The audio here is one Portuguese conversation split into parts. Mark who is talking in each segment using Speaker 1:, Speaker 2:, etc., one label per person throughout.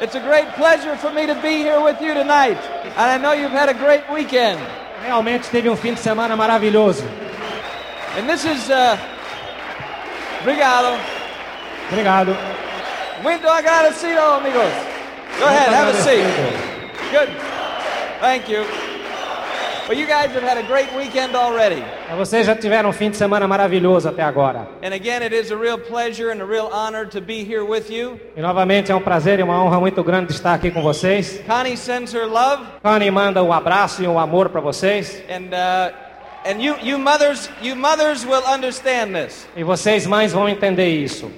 Speaker 1: It's a great pleasure for me to be here with you tonight. And I know you've had a great weekend.
Speaker 2: Realmente teve um fim de semana maravilhoso.
Speaker 1: And this is uh Brigado.
Speaker 2: Obrigado.
Speaker 1: Muito agradecido, oh, amigos. Go ahead, have a seat. Good. Thank you. Well, you guys have had a great weekend already.
Speaker 2: Vocês já tiveram um fim de semana maravilhoso até agora.
Speaker 1: And again, it is a real pleasure and a real honor to be here with you.
Speaker 2: E novamente é um prazer e uma honra muito grande estar aqui com vocês.
Speaker 1: Connie sends her love,
Speaker 2: Connie manda um abraço e um amor para vocês.
Speaker 1: and uh, and you you mothers you mothers will understand this.
Speaker 2: E vocês mães vão entender isso.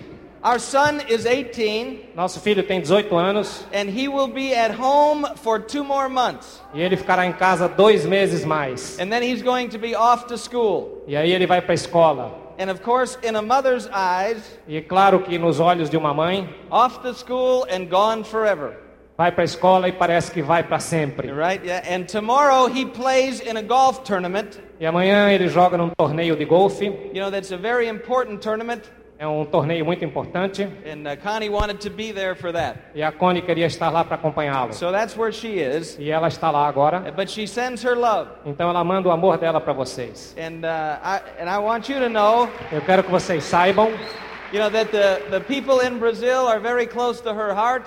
Speaker 1: Our son is 18,
Speaker 2: Nosso filho tem 18 anos
Speaker 1: and he will be at home for two more months,
Speaker 2: e ele ficará em casa dois meses mais.
Speaker 1: and then he's going to be off to school.
Speaker 2: E aí ele vai para a escola.
Speaker 1: And of course, in a mother's eyes,
Speaker 2: E é claro que nos olhos de uma mãe,
Speaker 1: off to school and gone forever.
Speaker 2: vai para a escola e parece que vai para sempre.
Speaker 1: Right? Yeah. And tomorrow he plays in a golf tournament.
Speaker 2: E amanhã ele joga num torneio de golfe.
Speaker 1: You know, that's a very important tournament,
Speaker 2: É um torneio muito importante.
Speaker 1: and uh, Connie wanted to be there for that.
Speaker 2: E a Connie queria estar lá para acompanhá-lo.
Speaker 1: So that's where she is.
Speaker 2: E ela está lá agora.
Speaker 1: But she sends her love.
Speaker 2: Então ela manda o amor dela para vocês.
Speaker 1: And, uh, I, and I want you to know,
Speaker 2: Eu quero que vocês saibam
Speaker 1: you know, that the, the people in Brazil are very close to her heart.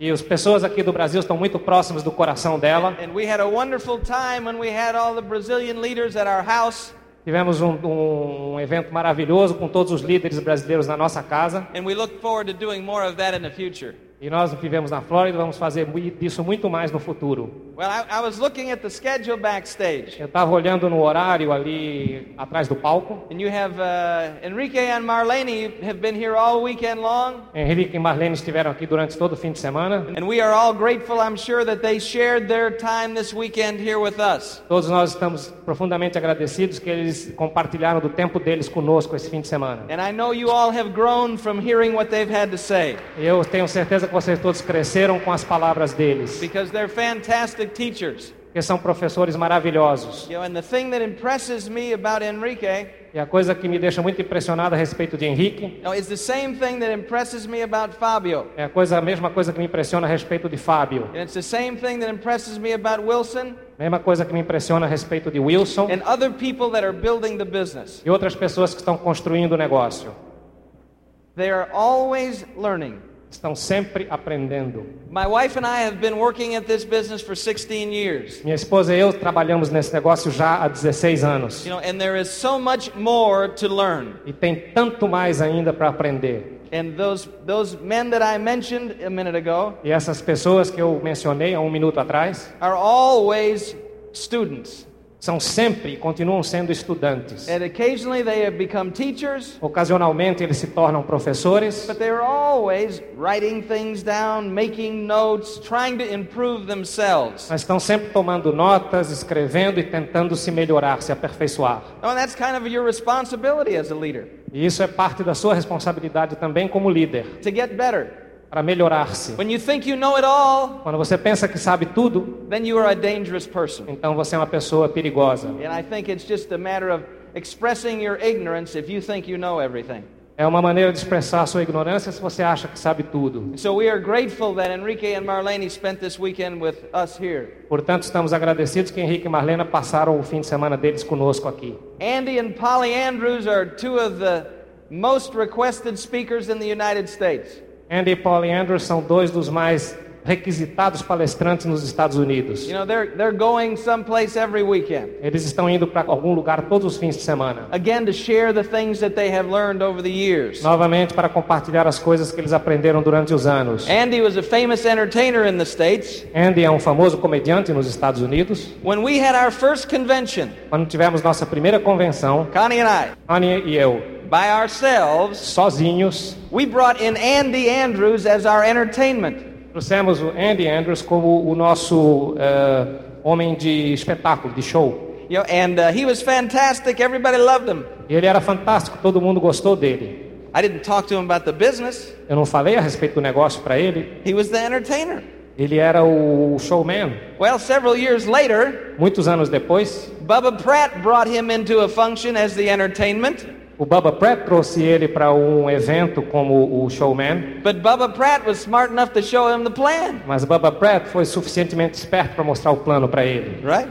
Speaker 2: e as pessoas aqui do Brasil estão muito próximas do coração dela.
Speaker 1: And we had a wonderful time when we had all the Brazilian leaders at our house.
Speaker 2: Tivemos um, um evento maravilhoso com todos os líderes brasileiros na nossa casa
Speaker 1: And we look forward to doing more of that in the future.
Speaker 2: e nós vivemos na Flórida. Vamos fazer mui- disso muito mais no futuro.
Speaker 1: Well, I, I was looking at the schedule backstage.
Speaker 2: Eu estava olhando no horário ali atrás do palco.
Speaker 1: And you have uh, Enrique and Marlene have been here all weekend long,
Speaker 2: Henrique e Marlene estiveram aqui durante todo o fim de semana.
Speaker 1: and we are all grateful, I'm sure, that they shared their time this weekend here with us.
Speaker 2: Todos nós estamos profundamente agradecidos que eles compartilharam do tempo deles conosco esse fim de semana.
Speaker 1: And I know you all have grown from hearing what they've had to say
Speaker 2: Eu tenho certeza que vocês todos cresceram com as palavras deles,
Speaker 1: because they're fantastic teachers.
Speaker 2: que são professores maravilhosos.
Speaker 1: You know, and the thing that impresses me about Enrique
Speaker 2: E a coisa que me deixa muito impressionado a respeito de Henrique
Speaker 1: you know, is the same thing that impresses me about Fabio.
Speaker 2: é a, coisa, a mesma coisa que me impressiona a respeito de Fábio,
Speaker 1: And it's the same thing that impresses me about Wilson
Speaker 2: mesma coisa que me impressiona a respeito de Wilson
Speaker 1: and other people that are building the business.
Speaker 2: e outras pessoas que estão construindo o negócio.
Speaker 1: They are always learning.
Speaker 2: Estão sempre aprendendo.
Speaker 1: My wife and I have been working at this business for 16 years.
Speaker 2: Minha esposa e eu trabalhamos nesse negócio já há 16 anos
Speaker 1: You know, and there is so much more to learn.
Speaker 2: e tem tanto mais ainda para aprender.
Speaker 1: And those those men that I mentioned a minute ago
Speaker 2: E essas pessoas que eu mencionei há um minuto atrás
Speaker 1: are always students.
Speaker 2: são sempre e continuam sendo estudantes.
Speaker 1: And occasionally they have become teachers,
Speaker 2: Ocasionalmente eles se tornam professores,
Speaker 1: but they are always writing things down, making notes, trying to improve themselves.
Speaker 2: mas estão sempre tomando notas, escrevendo e tentando se melhorar, se aperfeiçoar.
Speaker 1: Oh, and that's kind of your responsibility as a leader
Speaker 2: E isso é parte da sua responsabilidade também como líder,
Speaker 1: to get better.
Speaker 2: para melhorar-se.
Speaker 1: When you think you know it all,
Speaker 2: Quando você pensa que sabe tudo,
Speaker 1: then you are a dangerous person.
Speaker 2: então você é uma pessoa perigosa.
Speaker 1: And I think it's just a matter of expressing your ignorance if you think you know everything.
Speaker 2: É uma maneira de expressar a sua ignorância se você acha que sabe tudo.
Speaker 1: And so we are grateful that Enrique and Marlene spent this weekend with us here.
Speaker 2: Portanto, estamos agradecidos que Henrique e Marlena passaram o fim de semana deles conosco aqui.
Speaker 1: Andy and Polly Andrews are two of the most requested speakers in the United States.
Speaker 2: Andy e Paul Andrews são dois dos mais requisitados palestrantes nos Estados Unidos.
Speaker 1: You know, they're, they're going someplace every weekend,
Speaker 2: Eles estão indo para algum lugar todos os fins de semana.
Speaker 1: again, to share the things that they have learned over the years.
Speaker 2: Novamente para compartilhar as coisas que eles aprenderam durante os anos.
Speaker 1: Andy was a famous entertainer in the States.
Speaker 2: Andy é um famoso comediante nos Estados Unidos.
Speaker 1: When we had our first convention,
Speaker 2: Quando tivemos nossa primeira convenção,
Speaker 1: Connie and I,
Speaker 2: Connie e eu,
Speaker 1: by ourselves,
Speaker 2: sozinhos,
Speaker 1: We brought in Andy Andrews as our entertainment.
Speaker 2: trouxemos o Andy Andrews como o nosso eh, homem de espetáculo, de show.
Speaker 1: You know, and uh, he was fantastic. Everybody loved him.
Speaker 2: E ele era fantástico, todo mundo gostou dele.
Speaker 1: I didn't talk to him about the business.
Speaker 2: Eu não falei a respeito do negócio para ele,
Speaker 1: He was the entertainer.
Speaker 2: ele era o showman.
Speaker 1: Well, several years later,
Speaker 2: Muitos anos depois,
Speaker 1: Bubba Pratt brought him into a function as the entertainment.
Speaker 2: o O Bubba Pratt trouxe ele para um evento como o Showman,
Speaker 1: But Bubba Pratt was smart enough to show him the plan,
Speaker 2: mas Bubba Pratt foi suficientemente esperto para mostrar o plano para ele.
Speaker 1: right?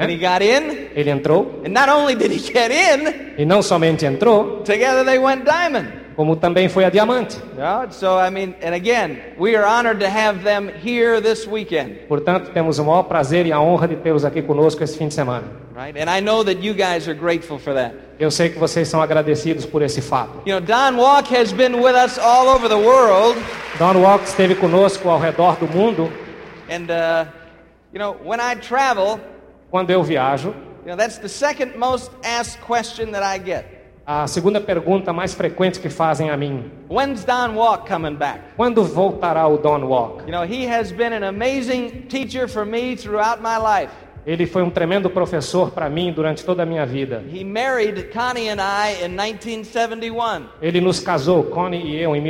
Speaker 1: And he got in.
Speaker 2: Ele entrou
Speaker 1: And not only did he get in,
Speaker 2: e não somente entrou,
Speaker 1: together they went diamond.
Speaker 2: como também foi a diamante.
Speaker 1: Yeah, So, I mean, and again, we are honored to have them here this weekend,
Speaker 2: Portanto, temos o maior prazer e a honra de tê-los aqui conosco esse fim de semana.
Speaker 1: right? And I know that you guys are grateful for that.
Speaker 2: Eu sei que vocês são agradecidos por esse fato.
Speaker 1: You know, Don Walk has been with us all over the world,
Speaker 2: Don Walk esteve conosco ao redor do mundo.
Speaker 1: and uh, you know, when I travel,
Speaker 2: Quando eu viajo,
Speaker 1: you know, that's the second most asked question that I get.
Speaker 2: a segunda pergunta mais frequente que fazem a mim:
Speaker 1: When's Don Walk coming back?
Speaker 2: quando voltará o Don Walk?
Speaker 1: You know, he has been an amazing teacher for me throughout my life.
Speaker 2: Ele foi um tremendo professor para mim durante toda a minha vida.
Speaker 1: He married Connie and I in 1971.
Speaker 2: Ele nos casou, Connie e um. eu, em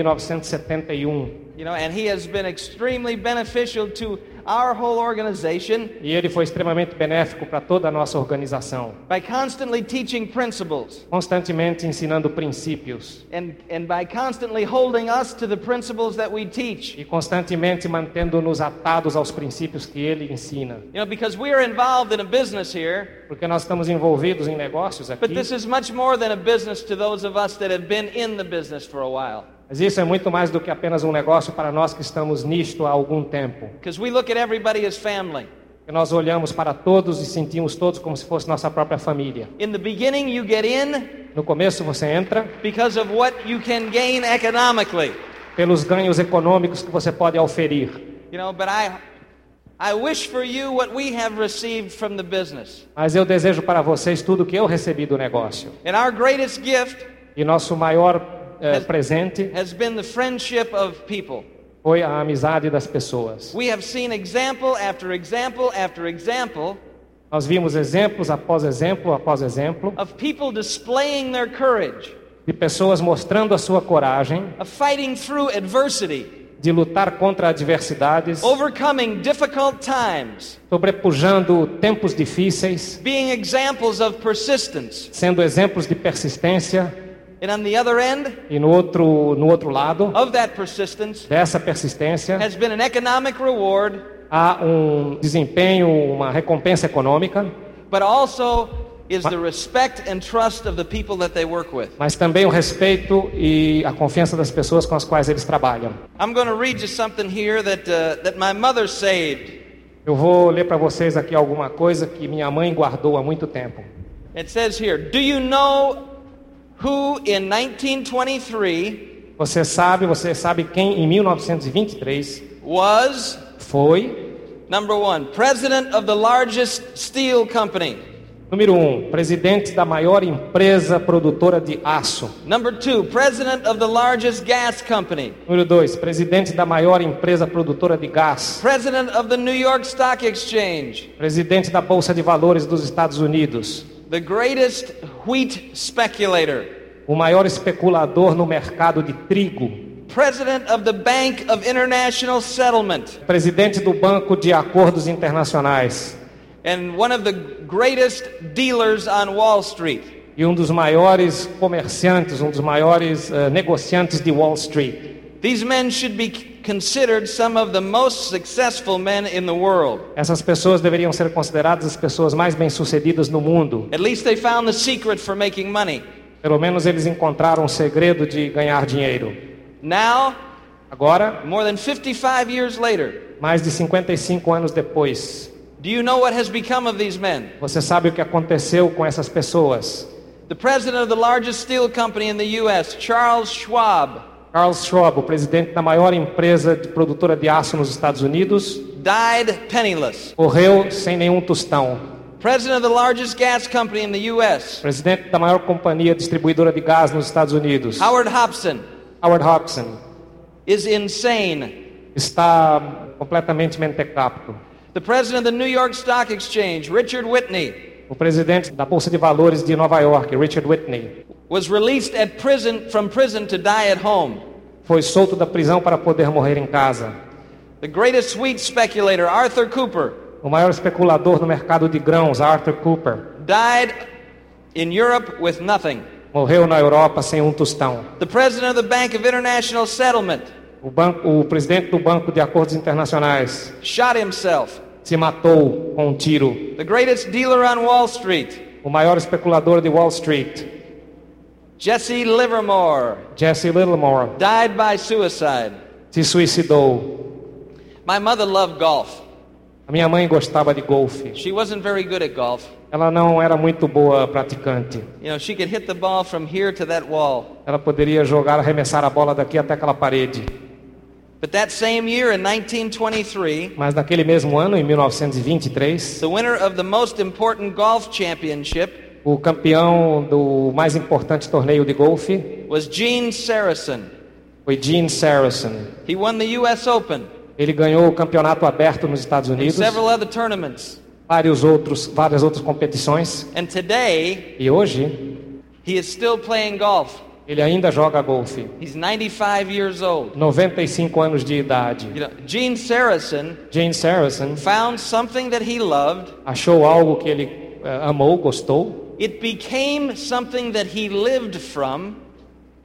Speaker 2: 1971.
Speaker 1: You know, and he has been extremely beneficial to our whole organization
Speaker 2: E ele foi extremamente benéfico para toda a nossa organização,
Speaker 1: by constantly teaching principles
Speaker 2: constantemente ensinando princípios
Speaker 1: and, and by constantly holding us to the principles that we teach.
Speaker 2: e constantemente mantendo-nos atados aos princípios que ele ensina.
Speaker 1: You know, because we are involved in a business here,
Speaker 2: Porque nós estamos envolvidos em negócios aqui,
Speaker 1: but this is much more than a business to those of us that have been in the business for a while.
Speaker 2: mas isso é muito mais do que apenas um negócio para nós que estamos nisto há algum tempo.
Speaker 1: Because we look at everybody as family.
Speaker 2: Porque nós olhamos para todos e sentimos todos como se fosse nossa própria família.
Speaker 1: In the beginning, you get in
Speaker 2: No começo você entra
Speaker 1: because of what you can gain economically.
Speaker 2: pelos ganhos econômicos que você pode oferir.
Speaker 1: You know, but I, I wish for you what we have received from the business.
Speaker 2: Mas eu desejo para vocês tudo o que eu recebi do negócio.
Speaker 1: And our greatest gift
Speaker 2: E nosso maior eh, presente
Speaker 1: has been the friendship of people.
Speaker 2: foi a amizade das pessoas.
Speaker 1: We have seen example after example after example
Speaker 2: Nós vimos exemplos após exemplo após exemplo
Speaker 1: of people displaying their courage,
Speaker 2: de pessoas mostrando a sua coragem
Speaker 1: of fighting through adversity,
Speaker 2: de lutar contra adversidades,
Speaker 1: overcoming difficult times,
Speaker 2: sobrepujando tempos difíceis,
Speaker 1: being examples of persistence.
Speaker 2: sendo exemplos de persistência
Speaker 1: And on the other end
Speaker 2: e no outro no outro lado
Speaker 1: of that persistence
Speaker 2: dessa persistência
Speaker 1: has been an economic reward,
Speaker 2: há um desempenho, uma recompensa econômica,
Speaker 1: but also is the respect and trust of the people that they work with.
Speaker 2: mas também o respeito e a confiança das pessoas com as quais eles trabalham.
Speaker 1: I'm going to read you something here that, uh, that my mother saved.
Speaker 2: Eu vou ler para vocês aqui alguma coisa que minha mãe guardou há muito tempo.
Speaker 1: It says here, do you know who in 1923
Speaker 2: Você sabe, você sabe quem em 1923
Speaker 1: was
Speaker 2: foi
Speaker 1: number 1, president of the largest steel company?
Speaker 2: número um, presidente da maior empresa produtora de aço.
Speaker 1: Number 2, president of the largest gas company.
Speaker 2: Número dois, presidente da maior empresa produtora de gás.
Speaker 1: President of the New York Stock Exchange,
Speaker 2: Presidente da Bolsa de Valores dos Estados Unidos.
Speaker 1: the greatest wheat speculator.
Speaker 2: O maior especulador no mercado de trigo.
Speaker 1: President of the Bank of International Settlement
Speaker 2: Presidente do Banco de Acordos Internacionais.
Speaker 1: and one of the greatest dealers on Wall Street.
Speaker 2: E um dos maiores comerciantes, um dos maiores eh, negociantes de Wall Street.
Speaker 1: These men should be considered some of the most successful men in the world.
Speaker 2: Essas pessoas deveriam ser consideradas as pessoas mais bem-sucedidas no mundo.
Speaker 1: At least they found the secret for making money.
Speaker 2: Pelo menos eles encontraram o segredo de ganhar dinheiro.
Speaker 1: Now,
Speaker 2: Agora,
Speaker 1: more than 55 years later,
Speaker 2: mais de 55 anos depois,
Speaker 1: do you know what has become of these men?
Speaker 2: você sabe o que aconteceu com essas pessoas?
Speaker 1: The president of the largest steel company in the U.S., Charles Schwab,
Speaker 2: Carl Schwab, o presidente da maior empresa de produtora de aço nos Estados Unidos,
Speaker 1: died penniless.
Speaker 2: morreu sem nenhum tostão.
Speaker 1: President of the largest gas company in the U.S.,
Speaker 2: Presidente da maior companhia distribuidora de gás nos Estados Unidos,
Speaker 1: Howard Hobson,
Speaker 2: Howard Hobson,
Speaker 1: is insane.
Speaker 2: está completamente mentecapto.
Speaker 1: The president of the New York Stock Exchange, Richard Whitney,
Speaker 2: O presidente da Bolsa de Valores de Nova York, Richard Whitney,
Speaker 1: was released at prison from prison to die at home.
Speaker 2: foi solto da prisão para poder morrer em casa.
Speaker 1: The greatest wheat speculator, Arthur Cooper,
Speaker 2: O maior especulador no mercado de grãos, Arthur Cooper,
Speaker 1: died in Europe with nothing.
Speaker 2: Morreu na Europa sem um tostão.
Speaker 1: the president of the Bank of International Settlement,
Speaker 2: O, banco, o presidente do Banco de Acordos Internacionais
Speaker 1: shot himself.
Speaker 2: se matou com um tiro.
Speaker 1: The greatest dealer on Wall Street,
Speaker 2: O maior especulador de Wall Street,
Speaker 1: Jesse Livermore,
Speaker 2: Jesse Littlemore,
Speaker 1: died by suicide.
Speaker 2: se suicidou.
Speaker 1: My mother loved golf.
Speaker 2: A minha mãe gostava de golfe.
Speaker 1: She wasn't very good at golf.
Speaker 2: Ela não era muito boa praticante.
Speaker 1: You know, she could hit the ball from here to that wall.
Speaker 2: Ela poderia jogar, arremessar a bola daqui até aquela parede.
Speaker 1: But that same year in 1923,
Speaker 2: Mas naquele mesmo ano, em 1923,
Speaker 1: the winner of the most important golf championship
Speaker 2: o campeão do mais importante torneio de golfe
Speaker 1: was Gene Sarazen.
Speaker 2: foi Gene Sarazen.
Speaker 1: He won the U.S. Open
Speaker 2: Ele ganhou o campeonato aberto nos Estados
Speaker 1: and
Speaker 2: Unidos,
Speaker 1: several other tournaments.
Speaker 2: vários outros, várias outras competições.
Speaker 1: And today,
Speaker 2: E hoje
Speaker 1: he is still playing golf.
Speaker 2: ele ainda joga golfe.
Speaker 1: He's 95 years old.
Speaker 2: 95 anos de idade.
Speaker 1: You know, Gene Sarazen
Speaker 2: Gene Sarazen
Speaker 1: found something that he loved.
Speaker 2: achou algo que ele eh, amou, gostou,
Speaker 1: It became something that he lived from.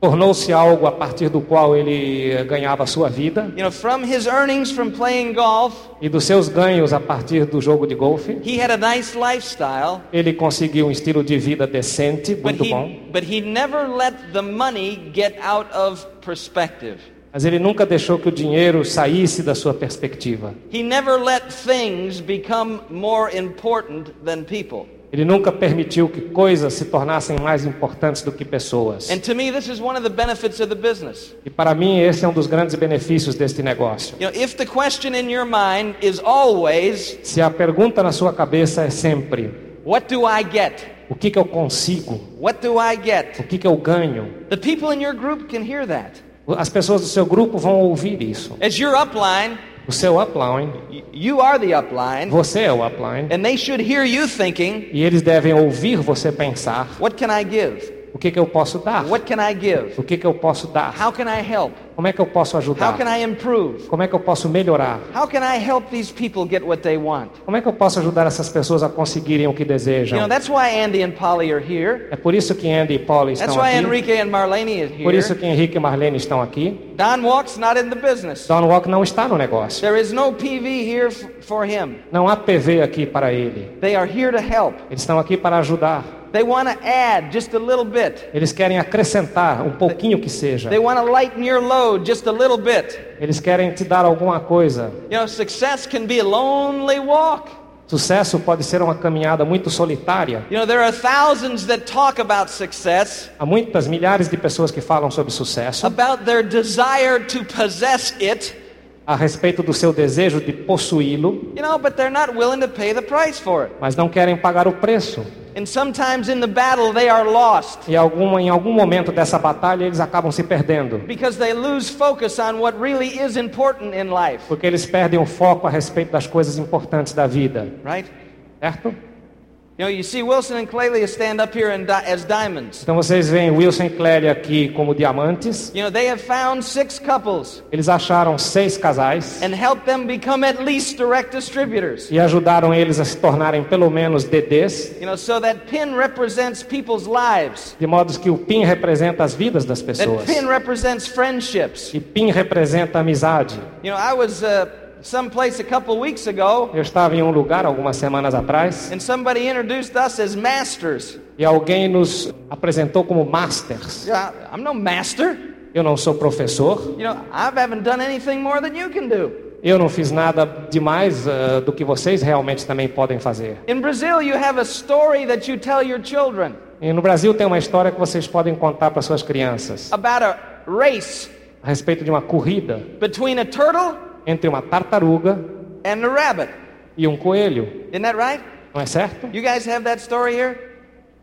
Speaker 2: tornou-se algo a partir do qual ele eh, ganhava a sua vida
Speaker 1: You know, from his earnings from playing golf,
Speaker 2: e dos seus ganhos a partir do jogo de golfe.
Speaker 1: he had a nice lifestyle.
Speaker 2: Ele conseguiu um estilo de vida decente,
Speaker 1: But
Speaker 2: muito bom,
Speaker 1: he, but he never let the money get out of perspective.
Speaker 2: mas ele nunca deixou que o dinheiro saísse da sua perspectiva.
Speaker 1: He never let things become more important than people.
Speaker 2: Ele nunca permitiu que coisas se tornassem mais importantes do que pessoas.
Speaker 1: And to me, this is one of the benefits of the business.
Speaker 2: E para mim esse é um dos grandes benefícios deste negócio.
Speaker 1: You know, if the question in your mind is always,
Speaker 2: Se a pergunta na sua cabeça é sempre
Speaker 1: what do I get?
Speaker 2: o que, que eu consigo,
Speaker 1: What do I
Speaker 2: o
Speaker 1: get?
Speaker 2: que, que eu ganho,
Speaker 1: The people in your group can hear that.
Speaker 2: as pessoas do seu grupo vão ouvir isso.
Speaker 1: As your upline,
Speaker 2: O seu upline,
Speaker 1: y- you are the upline,
Speaker 2: você é o upline,
Speaker 1: and they should hear you thinking,
Speaker 2: e eles devem ouvir você pensar
Speaker 1: what can I give?
Speaker 2: o que, que eu posso dar,
Speaker 1: What can I give?
Speaker 2: o que, que eu posso dar.
Speaker 1: How can I help?
Speaker 2: Como é que eu posso
Speaker 1: How can
Speaker 2: ajudar?
Speaker 1: I improve?
Speaker 2: Como é que eu posso melhorar?
Speaker 1: How can I help these people get what they want?
Speaker 2: Como é que eu posso ajudar essas pessoas a conseguirem o que
Speaker 1: You know,
Speaker 2: desejam?
Speaker 1: that's why Andy and Polly are here.
Speaker 2: É por isso que Andy e Paula
Speaker 1: That's
Speaker 2: estão
Speaker 1: why
Speaker 2: aqui.
Speaker 1: Enrique and Marlene are
Speaker 2: Por isso
Speaker 1: here.
Speaker 2: que Henrique e Marlene estão aqui.
Speaker 1: Don Walk's not in the business.
Speaker 2: Don Walk não está no negócio.
Speaker 1: There is no PV here f- for him.
Speaker 2: Não há PV aqui para ele.
Speaker 1: They are here to help.
Speaker 2: Eles estão aqui para ajudar.
Speaker 1: They want to add just a little bit.
Speaker 2: Eles querem acrescentar um pouquinho que seja.
Speaker 1: They want to lighten your load just a little bit.
Speaker 2: Eles querem te dar alguma coisa.
Speaker 1: You know, success can be a lonely walk.
Speaker 2: Sucesso pode ser uma caminhada muito solitária.
Speaker 1: You know, there are thousands that talk about success,
Speaker 2: Há muitas milhares de pessoas que falam sobre sucesso
Speaker 1: about their desire to possess it,
Speaker 2: a respeito do seu desejo de possuí-lo,
Speaker 1: you know, but they're not willing to pay the price for it.
Speaker 2: mas não querem pagar o preço.
Speaker 1: And sometimes in the battle, they are lost.
Speaker 2: E algum, em algum momento dessa batalha eles acabam se perdendo.
Speaker 1: Because they lose focus on what really is important in life,
Speaker 2: Porque eles perdem o foco a respeito das coisas importantes da vida.
Speaker 1: right?
Speaker 2: Certo?
Speaker 1: You know, you see Wilson and Clelia stand up here and di- as diamonds.
Speaker 2: Então vocês veem Wilson e Clélia aqui como diamantes.
Speaker 1: You know, they have found six couples
Speaker 2: Eles acharam seis casais
Speaker 1: and helped them become at least direct distributors.
Speaker 2: e ajudaram eles a se tornarem pelo menos DDs,
Speaker 1: You know, so that pin represents people's lives.
Speaker 2: de modo que o PIN representa as vidas das
Speaker 1: That
Speaker 2: pessoas.
Speaker 1: pin represents friendships.
Speaker 2: E PIN representa amizade.
Speaker 1: You know, I was uh, someplace a couple weeks ago
Speaker 2: Eu estava em um lugar algumas semanas atrás
Speaker 1: and somebody introduced us as masters.
Speaker 2: e alguém nos apresentou como masters.
Speaker 1: Yeah, I- I'm no master.
Speaker 2: Eu não sou professor,
Speaker 1: You know, I haven't done anything more than you can do.
Speaker 2: eu não fiz nada demais ah, do que vocês realmente também podem fazer.
Speaker 1: In Brazil, you have a story that you tell your children
Speaker 2: E no Brasil tem uma história que vocês podem contar para suas crianças
Speaker 1: about a race
Speaker 2: a respeito de uma corrida
Speaker 1: between a turtle
Speaker 2: entre uma tartaruga
Speaker 1: and a rabbit.
Speaker 2: e um coelho,
Speaker 1: Isn't that right?
Speaker 2: não é certo?
Speaker 1: You guys have that story here?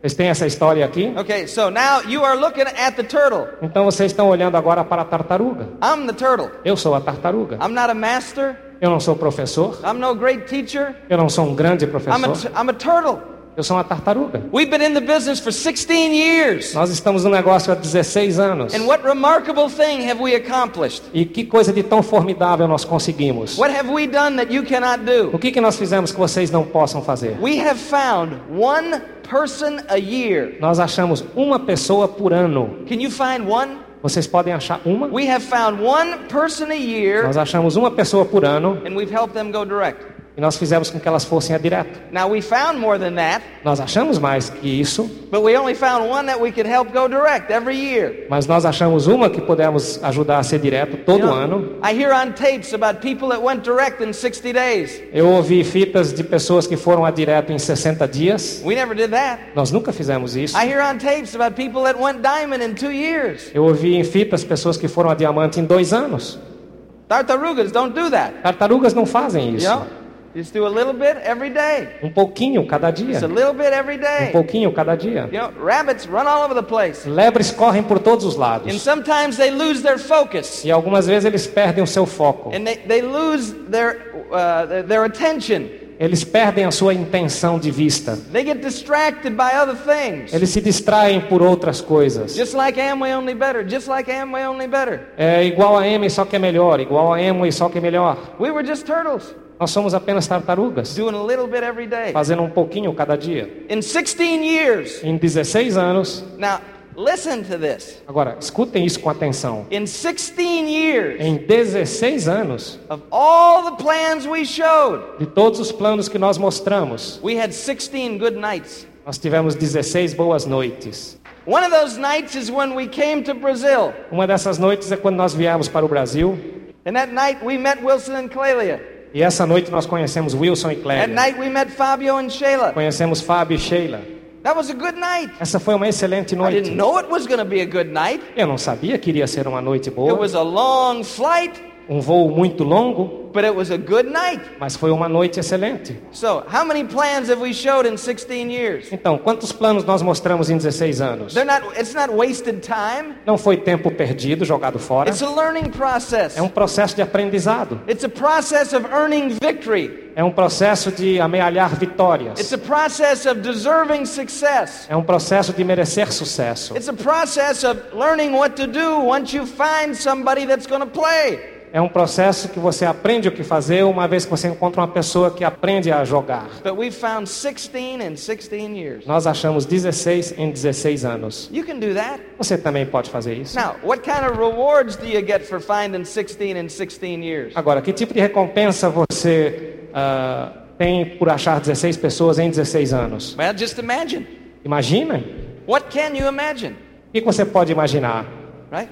Speaker 2: Vocês têm essa história aqui?
Speaker 1: Okay, so now you are looking at the turtle.
Speaker 2: Então vocês estão olhando agora para a tartaruga.
Speaker 1: I'm the turtle.
Speaker 2: Eu sou a tartaruga.
Speaker 1: I'm not a master.
Speaker 2: Eu não sou professor.
Speaker 1: I'm no great teacher.
Speaker 2: Eu não sou um grande
Speaker 1: I'm a, t-
Speaker 2: professor.
Speaker 1: I'm a turtle.
Speaker 2: Eu sou uma tartaruga.
Speaker 1: We've been in the business for 16 years.
Speaker 2: Nós estamos no negócio há 16 anos.
Speaker 1: And what remarkable thing have we accomplished?
Speaker 2: E que coisa de tão formidável nós conseguimos.
Speaker 1: What have we done that you cannot
Speaker 2: O
Speaker 1: do?
Speaker 2: que, que nós fizemos que vocês não possam fazer?
Speaker 1: We have found one person a year.
Speaker 2: Nós achamos uma pessoa por ano.
Speaker 1: Can you find one?
Speaker 2: Vocês podem achar uma?
Speaker 1: We have found one person a year
Speaker 2: Nós achamos uma pessoa por ano
Speaker 1: and we've helped them go direct.
Speaker 2: e nós fizemos com que elas fossem a direto.
Speaker 1: Now we found more than that,
Speaker 2: Nós achamos mais que isso,
Speaker 1: but we only found one that we could help go direct every year.
Speaker 2: mas nós achamos uma que pudemos ajudar a ser direto todo
Speaker 1: You know,
Speaker 2: ano.
Speaker 1: I hear on tapes about people that went direct in 60 days.
Speaker 2: Eu ouvi fitas de pessoas que foram a direto em 60 dias.
Speaker 1: We never did that.
Speaker 2: Nós nunca fizemos isso.
Speaker 1: I hear on tapes about people that went diamond in two years.
Speaker 2: Eu ouvi em fitas pessoas que foram a diamante em dois anos.
Speaker 1: Tartarugas don't do that.
Speaker 2: Tartarugas não fazem
Speaker 1: You
Speaker 2: isso.
Speaker 1: know, just do a little bit every day.
Speaker 2: Um pouquinho cada dia.
Speaker 1: Just a little bit every
Speaker 2: Um
Speaker 1: day.
Speaker 2: pouquinho cada dia.
Speaker 1: You know, rabbits run all over the place.
Speaker 2: Lebres correm por todos os
Speaker 1: And
Speaker 2: lados.
Speaker 1: sometimes they lose their focus.
Speaker 2: E algumas vezes eles perdem o seu foco.
Speaker 1: And they, they lose their, uh, their, their attention.
Speaker 2: Eles perdem a sua intenção de vista.
Speaker 1: They get distracted by other things.
Speaker 2: Eles se distraem por outras coisas.
Speaker 1: Just like Amway, only better. Just like Amway, only better.
Speaker 2: É igual a Amy, só que é melhor. Igual a Emo só que é melhor.
Speaker 1: We were just turtles,
Speaker 2: Nós somos apenas tartarugas,
Speaker 1: doing a little bit every day.
Speaker 2: fazendo um pouquinho cada dia.
Speaker 1: In 16 years,
Speaker 2: Em 16 anos,
Speaker 1: now listen to this.
Speaker 2: agora escutem isso com atenção.
Speaker 1: In 16 years
Speaker 2: Em 16 anos,
Speaker 1: of all the plans we showed,
Speaker 2: de todos os planos que nós mostramos,
Speaker 1: we had 16 good nights.
Speaker 2: nós tivemos 16 boas noites.
Speaker 1: One of those nights is when we came to Brazil.
Speaker 2: Uma dessas noites é quando nós viemos para o Brasil.
Speaker 1: And that night we met Wilson and Clelia.
Speaker 2: E essa noite nós conhecemos Wilson e
Speaker 1: That
Speaker 2: Clélia.
Speaker 1: night we met Fabio and Shayla.
Speaker 2: Conhecemos Fábio e Sheila.
Speaker 1: That was a good night.
Speaker 2: Essa foi uma excelente
Speaker 1: I
Speaker 2: noite.
Speaker 1: didn't know it was going to be a good night.
Speaker 2: Eu não sabia que iria ser uma noite
Speaker 1: It
Speaker 2: boa,
Speaker 1: was a long flight,
Speaker 2: um voo muito longo,
Speaker 1: but it was a good night.
Speaker 2: mas foi uma noite excelente.
Speaker 1: So, how many plans have we showed in 16 years?
Speaker 2: Então, quantos planos nós mostramos em 16 anos?
Speaker 1: They're not it's not wasted time.
Speaker 2: Não foi tempo perdido, jogado fora.
Speaker 1: It's a learning process.
Speaker 2: É um processo de aprendizado.
Speaker 1: It's a process of earning victory.
Speaker 2: É um processo de amealhar vitórias.
Speaker 1: It's a process of deserving success.
Speaker 2: É um processo de merecer sucesso.
Speaker 1: It's a process of learning what to do once you find somebody that's going to play.
Speaker 2: É um processo que você aprende o que fazer uma vez que você encontra uma pessoa que aprende a jogar.
Speaker 1: But we've found 16 in 16 years.
Speaker 2: Nós achamos 16 em 16 anos.
Speaker 1: You can do that.
Speaker 2: Você também pode fazer isso.
Speaker 1: Now, what kind of rewards do you get for finding 16 in 16 years?
Speaker 2: Agora, que tipo de recompensa você ah, tem por achar 16 pessoas em 16 anos?
Speaker 1: Well, just imagine.
Speaker 2: Imagina?
Speaker 1: What can you imagine?
Speaker 2: O que que você pode imaginar?
Speaker 1: Right?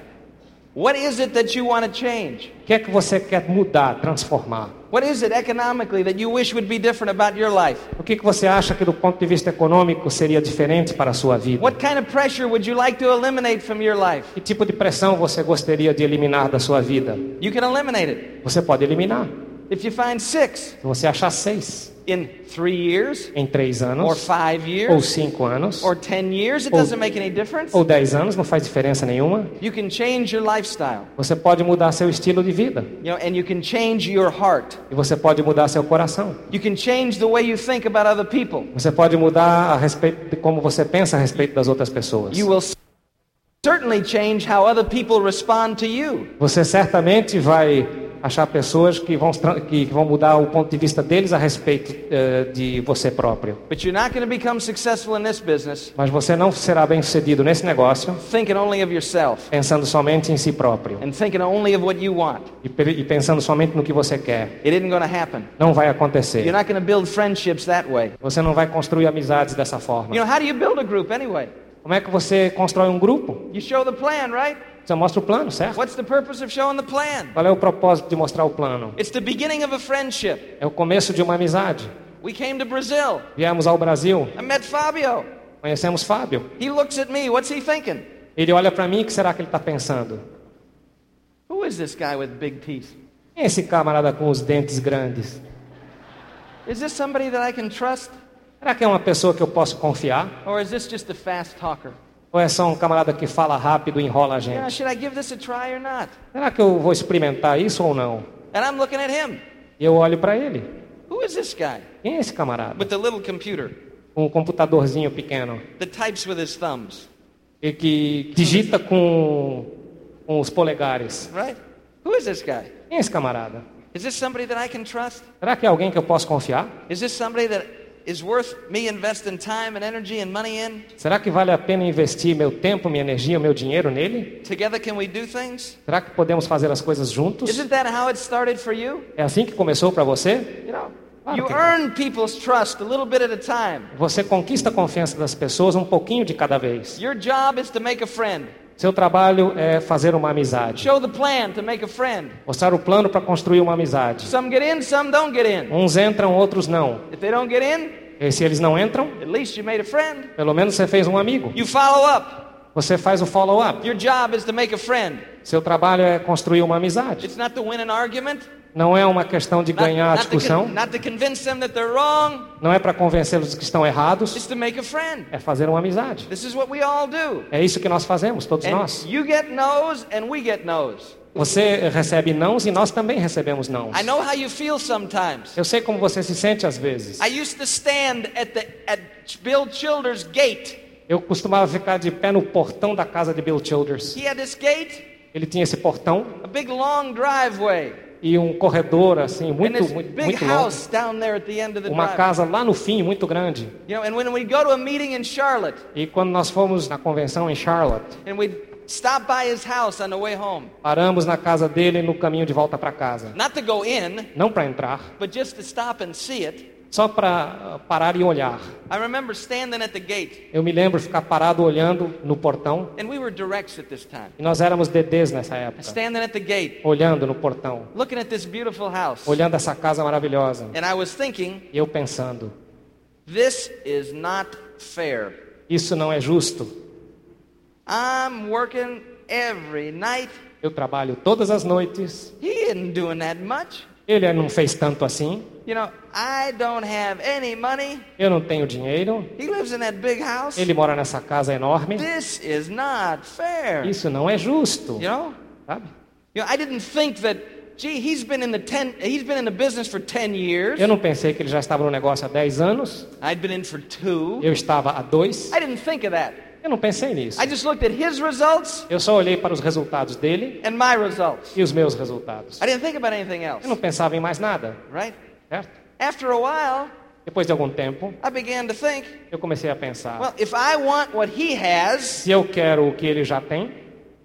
Speaker 1: What is it that you want to change?
Speaker 2: O que é que você quer mudar, transformar?
Speaker 1: What is it economically that you wish would be different about your life?
Speaker 2: O que que você acha que do ponto de vista econômico seria diferente para a sua vida?
Speaker 1: What kind of pressure would you like to eliminate from your life?
Speaker 2: Que tipo de pressão você gostaria de eliminar da sua vida?
Speaker 1: You can eliminate it.
Speaker 2: Você pode eliminar.
Speaker 1: If you find six
Speaker 2: Se você achar seis
Speaker 1: in three years,
Speaker 2: em três
Speaker 1: or
Speaker 2: anos,
Speaker 1: five
Speaker 2: ou
Speaker 1: years,
Speaker 2: cinco anos,
Speaker 1: or ten years, it
Speaker 2: Or-
Speaker 1: doesn't make any difference.
Speaker 2: ou dez anos, não faz diferença nenhuma.
Speaker 1: You can change your lifestyle,
Speaker 2: Você pode mudar seu estilo de vida.
Speaker 1: you know, and you can change your heart.
Speaker 2: E você pode mudar seu coração.
Speaker 1: You can change the way you think about other people.
Speaker 2: Você pode mudar a respeito de como você pensa a respeito das outras pessoas.
Speaker 1: You will certainly change how other people respond to you.
Speaker 2: Você certamente vai achar pessoas que vão, tra- que vão mudar o ponto de vista deles a respeito eh, de você próprio.
Speaker 1: But you're not going to become successful in this business
Speaker 2: Mas você não será bem sucedido nesse negócio
Speaker 1: thinking only of yourself
Speaker 2: pensando somente em si próprio
Speaker 1: and thinking only of what you want.
Speaker 2: e, pe- e pensando somente no que você quer.
Speaker 1: It isn't going to happen.
Speaker 2: Não vai
Speaker 1: You're
Speaker 2: acontecer.
Speaker 1: not going to build friendships that way.
Speaker 2: Você não vai construir amizades dessa
Speaker 1: You
Speaker 2: forma.
Speaker 1: know, how do you build a group anyway?
Speaker 2: Como é que você constrói um grupo?
Speaker 1: You show the plan, right?
Speaker 2: Você mostra o plano, certo?
Speaker 1: What's the purpose of showing the plan?
Speaker 2: Qual é o propósito de mostrar o plano?
Speaker 1: It's the beginning of a friendship.
Speaker 2: É o começo de uma amizade.
Speaker 1: We came to Brazil.
Speaker 2: Viemos ao Brasil,
Speaker 1: I met Fabio.
Speaker 2: conhecemos Fábio.
Speaker 1: He looks at me. What's he thinking?
Speaker 2: Ele olha para mim, o que será que ele está pensando?
Speaker 1: Who is this guy with big teeth?
Speaker 2: Quem é esse camarada com os dentes grandes?
Speaker 1: Is this somebody that I can trust?
Speaker 2: Será que é uma pessoa que eu posso confiar?
Speaker 1: Or is this just a fast talker?
Speaker 2: Ou é só um camarada que fala rápido e enrola a
Speaker 1: You know,
Speaker 2: gente?
Speaker 1: should I give this a try or not?
Speaker 2: Será que eu vou experimentar isso ou não?
Speaker 1: And I'm looking at him.
Speaker 2: E eu olho para ele.
Speaker 1: Who is this guy
Speaker 2: Quem é esse camarada?
Speaker 1: with the little computer
Speaker 2: Com um computadorzinho pequeno.
Speaker 1: that types with his thumbs,
Speaker 2: E que digita com, com os polegares.
Speaker 1: right? Who is this guy?
Speaker 2: Quem é esse camarada?
Speaker 1: Is this somebody that I can trust?
Speaker 2: Será que é alguém que eu posso confiar?
Speaker 1: Is this somebody that is worth me investing time and energy and money in?
Speaker 2: Será que vale a pena investir meu tempo, minha energia, meu dinheiro nele?
Speaker 1: Together, can we do things?
Speaker 2: Será que podemos fazer as coisas juntos?
Speaker 1: Isn't that how it started for you?
Speaker 2: É assim que começou para você? Claro
Speaker 1: You
Speaker 2: que não.
Speaker 1: earn people's trust a little bit at a time.
Speaker 2: Você conquista a confiança das pessoas um pouquinho de cada vez.
Speaker 1: Your job is to make a friend.
Speaker 2: Seu trabalho é fazer uma amizade,
Speaker 1: Show the plan to make a friend.
Speaker 2: mostrar o plano para construir uma amizade.
Speaker 1: Some get in, some don't get in.
Speaker 2: Uns entram, outros não.
Speaker 1: If they don't get in,
Speaker 2: E se eles não entram,
Speaker 1: at least you made a friend.
Speaker 2: pelo menos você fez um amigo.
Speaker 1: You follow up.
Speaker 2: Você faz o follow-up.
Speaker 1: Your job is to make a friend.
Speaker 2: Seu trabalho é construir uma amizade.
Speaker 1: It's not to win an argument,
Speaker 2: Não é uma questão de
Speaker 1: not,
Speaker 2: ganhar a
Speaker 1: not to,
Speaker 2: discussão,
Speaker 1: con- not to convince them that they're wrong.
Speaker 2: não é para convencê-los que estão errados,
Speaker 1: It's to make a friend.
Speaker 2: é fazer uma amizade.
Speaker 1: This is what we all do.
Speaker 2: É isso que nós fazemos, todos
Speaker 1: And
Speaker 2: nós.
Speaker 1: you get no's and we get no's.
Speaker 2: Você recebe nãos e nós também recebemos nãos.
Speaker 1: I know how you feel sometimes.
Speaker 2: Eu sei como você se sente às vezes.
Speaker 1: I used to stand at the at Bill Childers' gate.
Speaker 2: Eu costumava ficar de pé no portão da casa de Bill Childers.
Speaker 1: He had this gate,
Speaker 2: Ele tinha esse portão
Speaker 1: a big long driveway,
Speaker 2: e um corredor assim
Speaker 1: and
Speaker 2: muito
Speaker 1: this
Speaker 2: muito,
Speaker 1: big
Speaker 2: muito longo,
Speaker 1: house down there at the end of the
Speaker 2: uma
Speaker 1: driveway.
Speaker 2: casa lá no fim muito grande.
Speaker 1: You know, and when we go to a meeting in Charlotte,
Speaker 2: E quando nós fomos na convenção em Charlotte,
Speaker 1: and we'd stop by his house on the way home,
Speaker 2: paramos na casa dele no caminho de volta para casa,
Speaker 1: not to go in,
Speaker 2: não para entrar,
Speaker 1: but just to stop and see it.
Speaker 2: só para parar e olhar.
Speaker 1: I remember standing at the gate,
Speaker 2: Eu me lembro ficar parado olhando no portão
Speaker 1: and we were directs at this time.
Speaker 2: e nós éramos DDs nessa época,
Speaker 1: Standing at the gate,
Speaker 2: olhando no portão,
Speaker 1: looking at this beautiful house,
Speaker 2: olhando essa casa maravilhosa.
Speaker 1: and I was thinking,
Speaker 2: E eu pensando,
Speaker 1: this is not fair.
Speaker 2: isso não é justo.
Speaker 1: I'm working every night.
Speaker 2: Eu trabalho todas as noites.
Speaker 1: He isn't doing that much.
Speaker 2: Ele não fez tanto assim.
Speaker 1: You know, I don't have any money.
Speaker 2: Eu não tenho dinheiro.
Speaker 1: He lives in that big house.
Speaker 2: Ele mora nessa casa enorme.
Speaker 1: This is not fair.
Speaker 2: Isso não é justo,
Speaker 1: You know?
Speaker 2: sabe?
Speaker 1: You know, I didn't think that. Gee, he's been in the ten. He's been in the business for ten years.
Speaker 2: Eu não pensei que ele já estava no negócio há 10 anos.
Speaker 1: I'd been in for two.
Speaker 2: Eu estava há dois.
Speaker 1: I didn't think of that.
Speaker 2: Eu não pensei nisso.
Speaker 1: I just looked at his results
Speaker 2: Eu só olhei para os resultados dele
Speaker 1: and my results.
Speaker 2: e os meus resultados.
Speaker 1: I didn't think about anything else.
Speaker 2: Eu não pensava em mais nada,
Speaker 1: Right?
Speaker 2: certo?
Speaker 1: After a while,
Speaker 2: Depois de algum tempo,
Speaker 1: I began to think.
Speaker 2: eu comecei a pensar:
Speaker 1: Well, if I want what he has,
Speaker 2: se eu quero o que ele já tem,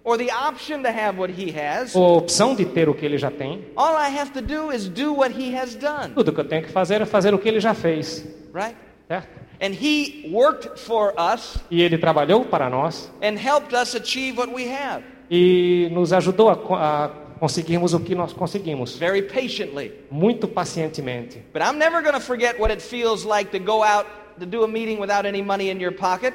Speaker 1: or the option to have what he has,
Speaker 2: ou a opção de ter o que ele já tem,
Speaker 1: all I have to do is do what he has done.
Speaker 2: tudo que eu tenho que fazer é fazer o que ele já fez,
Speaker 1: Right?
Speaker 2: certo?
Speaker 1: And he worked for us
Speaker 2: E ele trabalhou para nós
Speaker 1: and helped us achieve what we have
Speaker 2: e nos ajudou a, co- a conseguirmos o que nós conseguimos,
Speaker 1: very patiently.
Speaker 2: muito pacientemente.
Speaker 1: But I'm never going to forget what it feels like to go out to do a meeting without any money in your pocket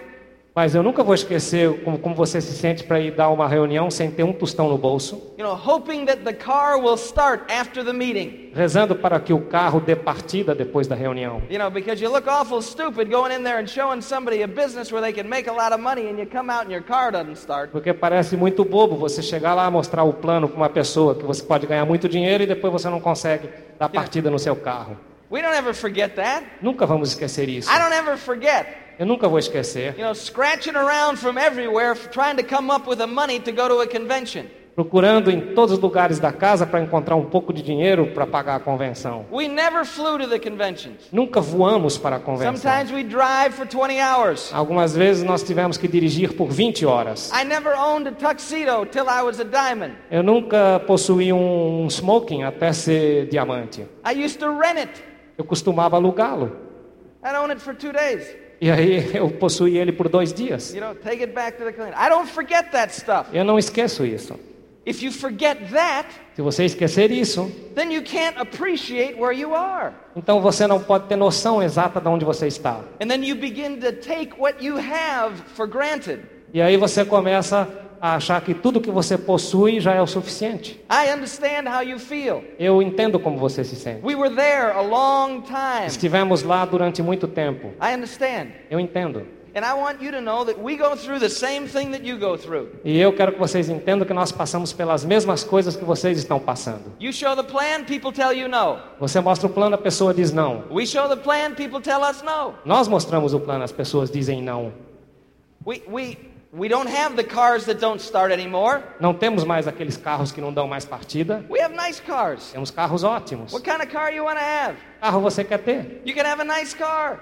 Speaker 2: Mas eu nunca vou esquecer como, como você se sente para ir dar uma reunião sem ter um tostão no bolso,
Speaker 1: You know, hoping that the car will start after the meeting.
Speaker 2: rezando para que o carro dê partida depois da reunião.
Speaker 1: You know, because you look awful stupid going in there and showing somebody a business where they can make a lot of money and you come out and your car doesn't start.
Speaker 2: Porque parece muito bobo você chegar lá mostrar o plano para uma pessoa que você pode ganhar muito dinheiro e depois você não consegue dar partida no seu carro.
Speaker 1: We don't ever forget that.
Speaker 2: Nunca vamos esquecer isso.
Speaker 1: I don't ever forget,
Speaker 2: Eu nunca vou esquecer.
Speaker 1: you know, scratching around from everywhere f- trying to come up with the money to go to a convention.
Speaker 2: Procurando em todos os lugares da casa para encontrar um pouco de dinheiro para pagar a convenção.
Speaker 1: We never flew to the conventions.
Speaker 2: Nunca voamos para a convenção.
Speaker 1: Sometimes we drive for 20 hours.
Speaker 2: Algumas vezes nós tivemos que dirigir por 20 horas.
Speaker 1: I never owned a tuxedo till I was a diamond.
Speaker 2: Eu nunca possuí um smoking até ser diamante.
Speaker 1: I used to rent it.
Speaker 2: Eu costumava alugá-lo.
Speaker 1: I'd own it for two days.
Speaker 2: E aí eu possuí ele por dois dias.
Speaker 1: You know, take it back to the cleaner. I don't forget that stuff.
Speaker 2: Eu não esqueço isso.
Speaker 1: If you forget that,
Speaker 2: Se você esquecer isso,
Speaker 1: then you can't appreciate where you are.
Speaker 2: então você não pode ter noção exata de onde você está.
Speaker 1: And then you begin to take what you have for granted.
Speaker 2: E aí você começa a achar que tudo que você possui já é o suficiente.
Speaker 1: I understand how you feel.
Speaker 2: Eu entendo como você se sente.
Speaker 1: We were there a long time.
Speaker 2: Estivemos lá durante muito tempo.
Speaker 1: I understand.
Speaker 2: Eu entendo.
Speaker 1: And I want you to know that we go through the same thing that you go through.
Speaker 2: E eu quero que vocês entendam que nós passamos pelas mesmas coisas que vocês estão passando.
Speaker 1: You show the plan, people tell you no.
Speaker 2: Você mostra o plano, a pessoa diz não.
Speaker 1: We show the plan, people tell us no.
Speaker 2: Nós mostramos o plano, as pessoas dizem não.
Speaker 1: We, we, we don't have the cars that don't start anymore.
Speaker 2: Não temos mais aqueles carros que não dão mais partida.
Speaker 1: We have nice cars.
Speaker 2: Temos carros ótimos.
Speaker 1: What kind of car you want to have?
Speaker 2: Que carro você quer ter?
Speaker 1: You can have a nice car.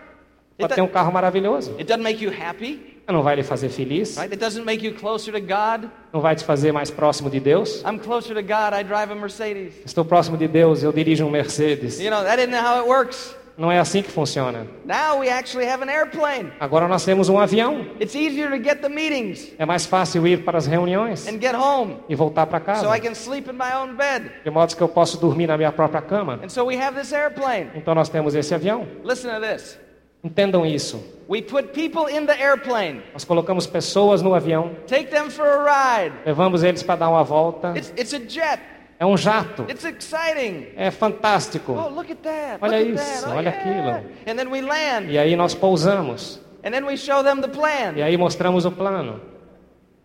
Speaker 2: Pode ter um carro maravilhoso.
Speaker 1: It doesn't make you happy,
Speaker 2: Não vai lhe fazer feliz.
Speaker 1: right? It doesn't make you closer to God.
Speaker 2: Não vai te fazer mais próximo de Deus.
Speaker 1: I'm closer to God, I drive a Mercedes.
Speaker 2: Estou próximo de Deus, eu dirijo um Mercedes.
Speaker 1: You know, that isn't how it works.
Speaker 2: Não é assim que funciona.
Speaker 1: Now we actually have an airplane.
Speaker 2: Agora nós temos um avião.
Speaker 1: It's easier to get the meetings
Speaker 2: É mais fácil ir para as reuniões
Speaker 1: and get home
Speaker 2: e voltar para casa.
Speaker 1: so I can sleep in my own bed.
Speaker 2: De modo que eu posso dormir na minha própria cama.
Speaker 1: And so we have this airplane.
Speaker 2: Então nós temos esse avião.
Speaker 1: Listen to this.
Speaker 2: Entendam isso.
Speaker 1: We put people in the airplane,
Speaker 2: Nós colocamos pessoas no avião,
Speaker 1: take them for a ride.
Speaker 2: levamos eles para dar uma volta.
Speaker 1: It's, it's a jet.
Speaker 2: É um jato.
Speaker 1: It's exciting.
Speaker 2: É fantástico.
Speaker 1: Oh, look at that.
Speaker 2: Olha
Speaker 1: look at
Speaker 2: isso,
Speaker 1: that. Oh,
Speaker 2: olha
Speaker 1: yeah.
Speaker 2: aquilo.
Speaker 1: And then we land.
Speaker 2: E aí nós pousamos.
Speaker 1: And then we show them the
Speaker 2: E
Speaker 1: plan.
Speaker 2: aí mostramos o plano.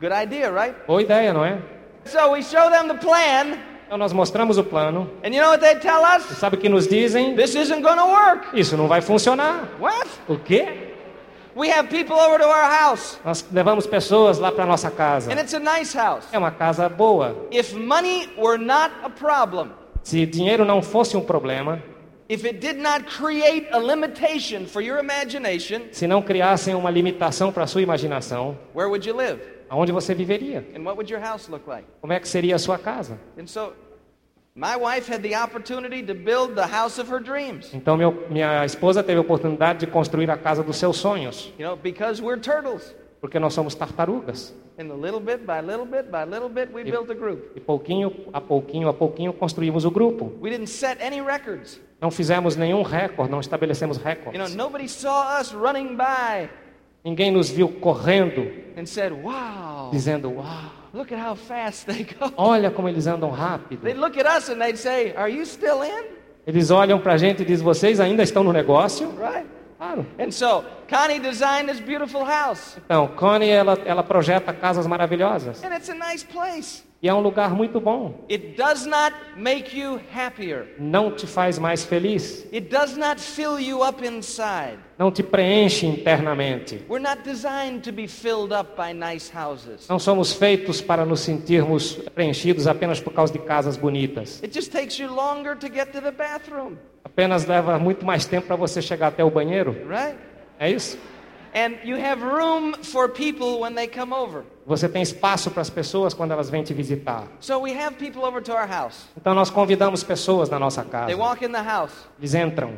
Speaker 1: Good idea, right?
Speaker 2: Boa ideia, não é?
Speaker 1: So we show them the plan.
Speaker 2: Então nós mostramos o plano.
Speaker 1: And you know what they tell us?
Speaker 2: Sabe o que nos dizem?
Speaker 1: This isn't going to work.
Speaker 2: Isso não vai funcionar.
Speaker 1: What?
Speaker 2: O quê?
Speaker 1: We have people over to our house,
Speaker 2: Nós levamos pessoas lá para nossa casa.
Speaker 1: and it's a nice house.
Speaker 2: É uma casa boa.
Speaker 1: If money were not a problem,
Speaker 2: Se dinheiro não fosse um problema,
Speaker 1: if it did not create a limitation for your imagination,
Speaker 2: se não criassem uma limitação para a sua imaginação,
Speaker 1: where would you live?
Speaker 2: aonde você viveria?
Speaker 1: And what would your house look like?
Speaker 2: Como é que seria a sua casa?
Speaker 1: And so, my wife had the opportunity to build the house of her dreams.
Speaker 2: Então meu, minha esposa teve a oportunidade de construir a casa dos seus sonhos,
Speaker 1: You know, because we're turtles.
Speaker 2: porque nós somos tartarugas.
Speaker 1: And a little bit by little bit by little bit, we built a group.
Speaker 2: E pouquinho a pouquinho, a pouquinho construímos o grupo.
Speaker 1: We didn't set any records.
Speaker 2: Não fizemos nenhum recorde, não estabelecemos
Speaker 1: You know,
Speaker 2: recordes.
Speaker 1: nobody saw us running by
Speaker 2: Ninguém nos viu correndo,
Speaker 1: and said, Wow,
Speaker 2: dizendo: "Uau,
Speaker 1: look at how fast they go.
Speaker 2: olha como eles andam rápido".
Speaker 1: They'd look at us and they'd say, Are you still in?
Speaker 2: Eles olham pra gente e dizem: "Vocês ainda estão no negócio?"
Speaker 1: Right?
Speaker 2: Claro.
Speaker 1: And so Connie designed this beautiful house.
Speaker 2: Então, Connie ela ela projeta casas maravilhosas
Speaker 1: And it's a nice place.
Speaker 2: e é um lugar muito bom.
Speaker 1: It does not make you happier.
Speaker 2: Não te faz mais feliz,
Speaker 1: It does not fill you up inside.
Speaker 2: não te preenche internamente.
Speaker 1: We're not designed to be filled up by nice houses.
Speaker 2: Não somos feitos para nos sentirmos preenchidos apenas por causa de casas bonitas.
Speaker 1: It just takes you longer to get to the bathroom,
Speaker 2: Apenas leva muito mais tempo para você chegar até o banheiro.
Speaker 1: right?
Speaker 2: É isso?
Speaker 1: And you have room for people when they come over.
Speaker 2: Você tem espaço para as pessoas quando elas vêm te visitar.
Speaker 1: So we have people over to our house.
Speaker 2: Então nós convidamos pessoas na nossa
Speaker 1: They
Speaker 2: casa.
Speaker 1: walk in the house,
Speaker 2: Eles entram.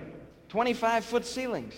Speaker 1: 25 foot ceilings.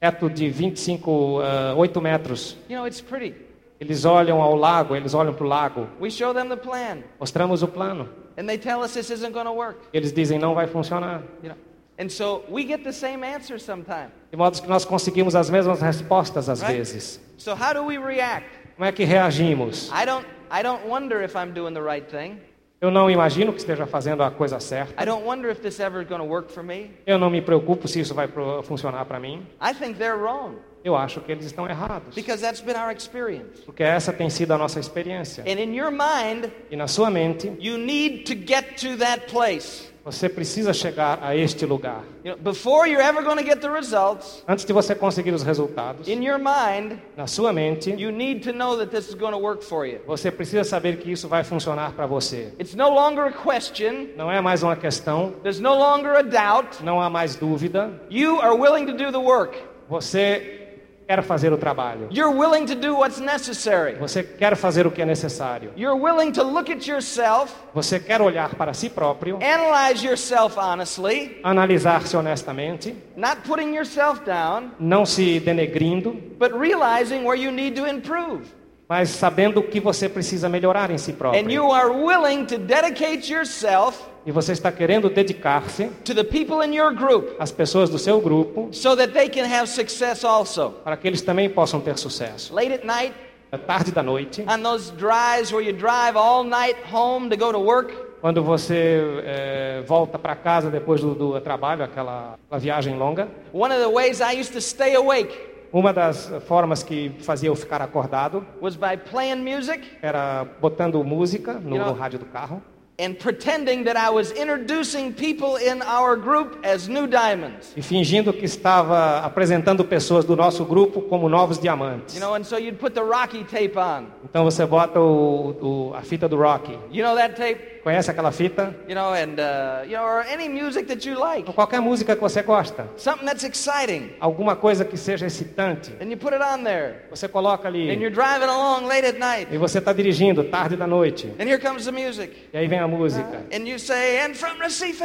Speaker 2: Teto de 25, ah, 8 metros.
Speaker 1: You know, it's pretty.
Speaker 2: Eles olham ao lago, eles olham para o lago.
Speaker 1: We show them the plan,
Speaker 2: Mostramos o plano.
Speaker 1: and they tell us this isn't going to work.
Speaker 2: Eles dizem não vai funcionar.
Speaker 1: You know, and so we get the same answer sometime.
Speaker 2: De modo que nós conseguimos as mesmas respostas às
Speaker 1: Right.
Speaker 2: vezes.
Speaker 1: So how do we react?
Speaker 2: Como é que reagimos?
Speaker 1: I don't. I don't wonder if I'm doing the right thing.
Speaker 2: Eu não imagino que esteja fazendo a coisa certa.
Speaker 1: I don't wonder if this ever is going to work for me.
Speaker 2: Eu não me preocupo se isso vai pro- funcionar para mim.
Speaker 1: I think they're wrong
Speaker 2: Eu acho que eles estão errados.
Speaker 1: because that's been our experience.
Speaker 2: Porque essa tem sido a nossa experiência.
Speaker 1: And in your mind,
Speaker 2: E na sua mente,
Speaker 1: you need to get to that place.
Speaker 2: você precisa chegar a este lugar.
Speaker 1: You know, before you're ever going to get the results,
Speaker 2: Antes de você conseguir os resultados,
Speaker 1: in your mind,
Speaker 2: na sua mente,
Speaker 1: you need to know that this is going to work for you.
Speaker 2: você precisa saber que isso vai funcionar para você.
Speaker 1: It's no longer a question.
Speaker 2: Não é mais uma questão,
Speaker 1: There's no longer a doubt.
Speaker 2: não há mais dúvida.
Speaker 1: You are willing to do the work.
Speaker 2: Você quer fazer o trabalho.
Speaker 1: You're willing to do what's necessary.
Speaker 2: Você quer fazer o que é necessário.
Speaker 1: You're willing to look at yourself,
Speaker 2: Você quer olhar para si próprio,
Speaker 1: analyze yourself honestly,
Speaker 2: analisar-se honestamente,
Speaker 1: not putting yourself down,
Speaker 2: não se denegrindo,
Speaker 1: but realizing where you need to improve.
Speaker 2: mas sabendo o que você precisa melhorar em si
Speaker 1: And you
Speaker 2: próprio.
Speaker 1: are willing to dedicate yourself
Speaker 2: E você está querendo dedicar-se
Speaker 1: to the people in your group
Speaker 2: às pessoas do seu grupo
Speaker 1: so that they can have success also.
Speaker 2: para que eles também possam ter sucesso.
Speaker 1: Late at night,
Speaker 2: É tarde da noite,
Speaker 1: on those drives where you drive all night home to go to work,
Speaker 2: quando você eh, volta para casa depois do, do trabalho, aquela, aquela viagem longa,
Speaker 1: one of the ways I used to stay awake
Speaker 2: uma das formas que fazia eu ficar acordado
Speaker 1: was by playing music.
Speaker 2: era botando música no,
Speaker 1: You know-
Speaker 2: no rádio do carro.
Speaker 1: and pretending that I was introducing people in our group as new diamonds.
Speaker 2: e fingindo que estava apresentando pessoas do nosso grupo como novos diamantes.
Speaker 1: You know, and so you'd put the Rocky tape on.
Speaker 2: Então você bota o, o- a fita do Rocky.
Speaker 1: You know that tape?
Speaker 2: Conhece aquela fita?
Speaker 1: You know, and, uh, you know, or any music that you like.
Speaker 2: Ou Qualquer música que você gosta,
Speaker 1: Something that's exciting.
Speaker 2: alguma coisa que seja excitante,
Speaker 1: And you put it on there.
Speaker 2: você coloca
Speaker 1: And
Speaker 2: ali.
Speaker 1: you're driving along late at night.
Speaker 2: E você está dirigindo tarde da noite.
Speaker 1: And here comes the music.
Speaker 2: E aí vem a música.
Speaker 1: And you say, and from Recife,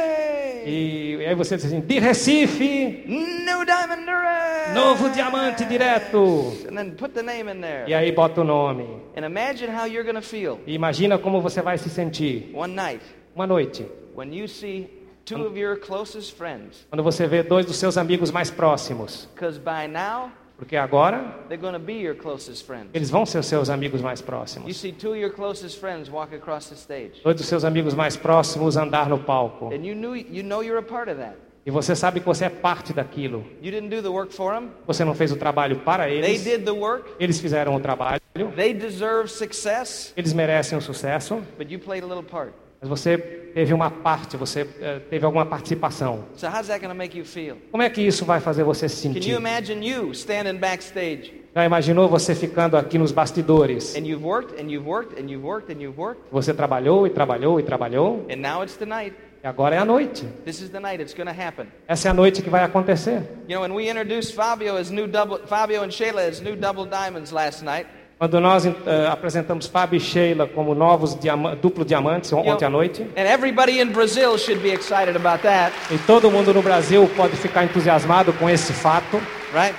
Speaker 2: E, e aí você diz assim: de Recife,
Speaker 1: new diamond direct.
Speaker 2: novo diamante direto.
Speaker 1: And then put the name in there.
Speaker 2: E aí bota o nome.
Speaker 1: And imagine how you're going to feel
Speaker 2: E imagina como você vai se sentir
Speaker 1: one night
Speaker 2: uma noite,
Speaker 1: when you see two of your closest friends.
Speaker 2: quando você vê dois dos seus amigos mais próximos.
Speaker 1: Because by now,
Speaker 2: Porque agora
Speaker 1: they're going to be your closest friends.
Speaker 2: eles vão ser os seus amigos mais
Speaker 1: You
Speaker 2: próximos.
Speaker 1: see two of your closest friends walk across the stage.
Speaker 2: Dois dos seus amigos mais próximos andar no palco.
Speaker 1: And you, knew, you know you're a part of that.
Speaker 2: E você sabe que você é parte daquilo.
Speaker 1: You didn't do the work for them.
Speaker 2: Você não fez o trabalho para
Speaker 1: They
Speaker 2: eles.
Speaker 1: did the work.
Speaker 2: Eles fizeram o trabalho.
Speaker 1: They deserve success.
Speaker 2: Eles merecem o sucesso.
Speaker 1: But you played a little part.
Speaker 2: Mas você teve uma parte, você eh, teve alguma participação.
Speaker 1: So how's that going to make you feel?
Speaker 2: Como é que isso vai fazer você se
Speaker 1: Can you
Speaker 2: sentir?
Speaker 1: imagine you standing backstage
Speaker 2: Já imaginou você ficando aqui nos bastidores?
Speaker 1: and you've worked and you've worked and you've worked and you've worked
Speaker 2: Você trabalhou e trabalhou e trabalhou,
Speaker 1: and now it's the night.
Speaker 2: e agora é a noite.
Speaker 1: This is the night. It's going to happen.
Speaker 2: Essa é a noite que vai acontecer.
Speaker 1: You know, when we introduced Fabio as new double, Fabio and Shayla as new double diamonds last night.
Speaker 2: Quando nós eh, apresentamos Fábio e Sheila como novos diama duplo diamantes
Speaker 1: you know,
Speaker 2: ontem à noite,
Speaker 1: And everybody in Brazil should be excited about that,
Speaker 2: e todo mundo no Brasil pode ficar entusiasmado com esse fato,
Speaker 1: right?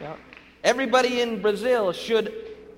Speaker 1: Yeah. Everybody in Brazil should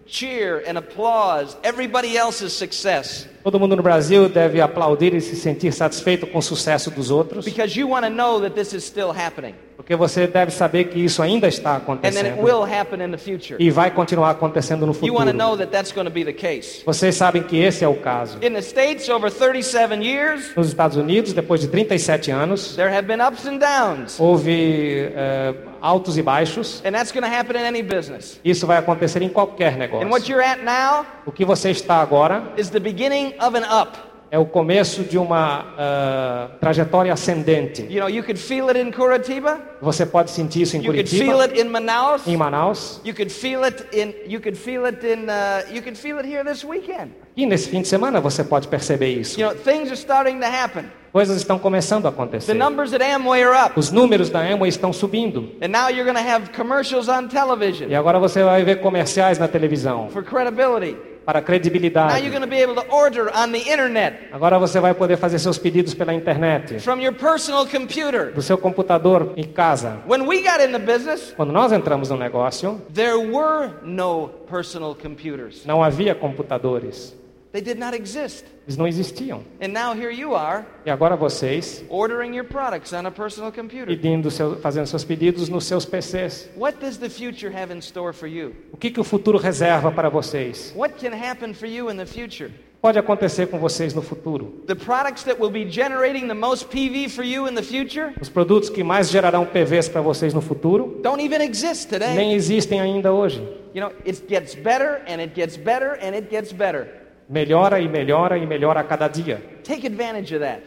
Speaker 1: cheer and applause everybody else's success
Speaker 2: todo mundo no Brasil deve aplaudir e se sentir satisfeito com o sucesso dos outros,
Speaker 1: because you want to know that this is still happening
Speaker 2: porque você deve saber que isso ainda está
Speaker 1: and then it
Speaker 2: acontecendo.
Speaker 1: will happen in the future.
Speaker 2: e vai continuar acontecendo no
Speaker 1: You want
Speaker 2: futuro.
Speaker 1: to know that that's going to be the case.
Speaker 2: Vocês sabem que esse é o caso.
Speaker 1: In the States, over 37 years,
Speaker 2: Nos Estados Unidos, depois de 37 anos,
Speaker 1: there have been ups and downs.
Speaker 2: houve eh, altos e baixos.
Speaker 1: And that's going to happen in any business.
Speaker 2: Isso vai acontecer em qualquer
Speaker 1: And what
Speaker 2: negócio.
Speaker 1: you're at now
Speaker 2: O que você está agora
Speaker 1: is the beginning of an up.
Speaker 2: é o começo de uma ah, trajetória ascendente.
Speaker 1: You know, you could feel it in Curitiba,
Speaker 2: Você pode sentir isso em
Speaker 1: you could feel
Speaker 2: Curitiba,
Speaker 1: it in Manaus,
Speaker 2: em Manaus
Speaker 1: you could feel it in you could feel it in uh, you could feel it here this weekend.
Speaker 2: e nesse fim de semana você pode perceber isso.
Speaker 1: You know, things are starting to happen.
Speaker 2: Coisas estão começando a
Speaker 1: The
Speaker 2: acontecer.
Speaker 1: numbers at Amway are up.
Speaker 2: Os números da Emma estão subindo
Speaker 1: And now you're going to have commercials on
Speaker 2: e
Speaker 1: television
Speaker 2: agora você vai ver comerciais na televisão
Speaker 1: for credibility.
Speaker 2: para
Speaker 1: Now
Speaker 2: credibilidade.
Speaker 1: you're going to be able to order on the internet
Speaker 2: Agora você vai poder fazer seus pedidos pela internet,
Speaker 1: from your personal computer.
Speaker 2: do seu computador em casa.
Speaker 1: When we got into business,
Speaker 2: Quando nós entramos no negócio,
Speaker 1: there were no personal computers.
Speaker 2: não havia computadores.
Speaker 1: They did not exist.
Speaker 2: Eles não existiam.
Speaker 1: And now here you are
Speaker 2: E agora vocês
Speaker 1: ordering your products on a personal computer.
Speaker 2: pedindo seu, fazendo seus pedidos nos seus PCs.
Speaker 1: What does the future have in store for you?
Speaker 2: O que, que o futuro reserva para vocês?
Speaker 1: What can happen for you in the future?
Speaker 2: Pode acontecer com vocês no futuro.
Speaker 1: The products that will be generating the most PV for you in the future
Speaker 2: Os produtos que mais gerarão PVs para vocês no futuro
Speaker 1: don't even exist today.
Speaker 2: nem existem ainda hoje.
Speaker 1: You know, it gets better and it gets better and it gets better.
Speaker 2: Melhora e melhora e melhora a cada dia.
Speaker 1: Take advantage of that.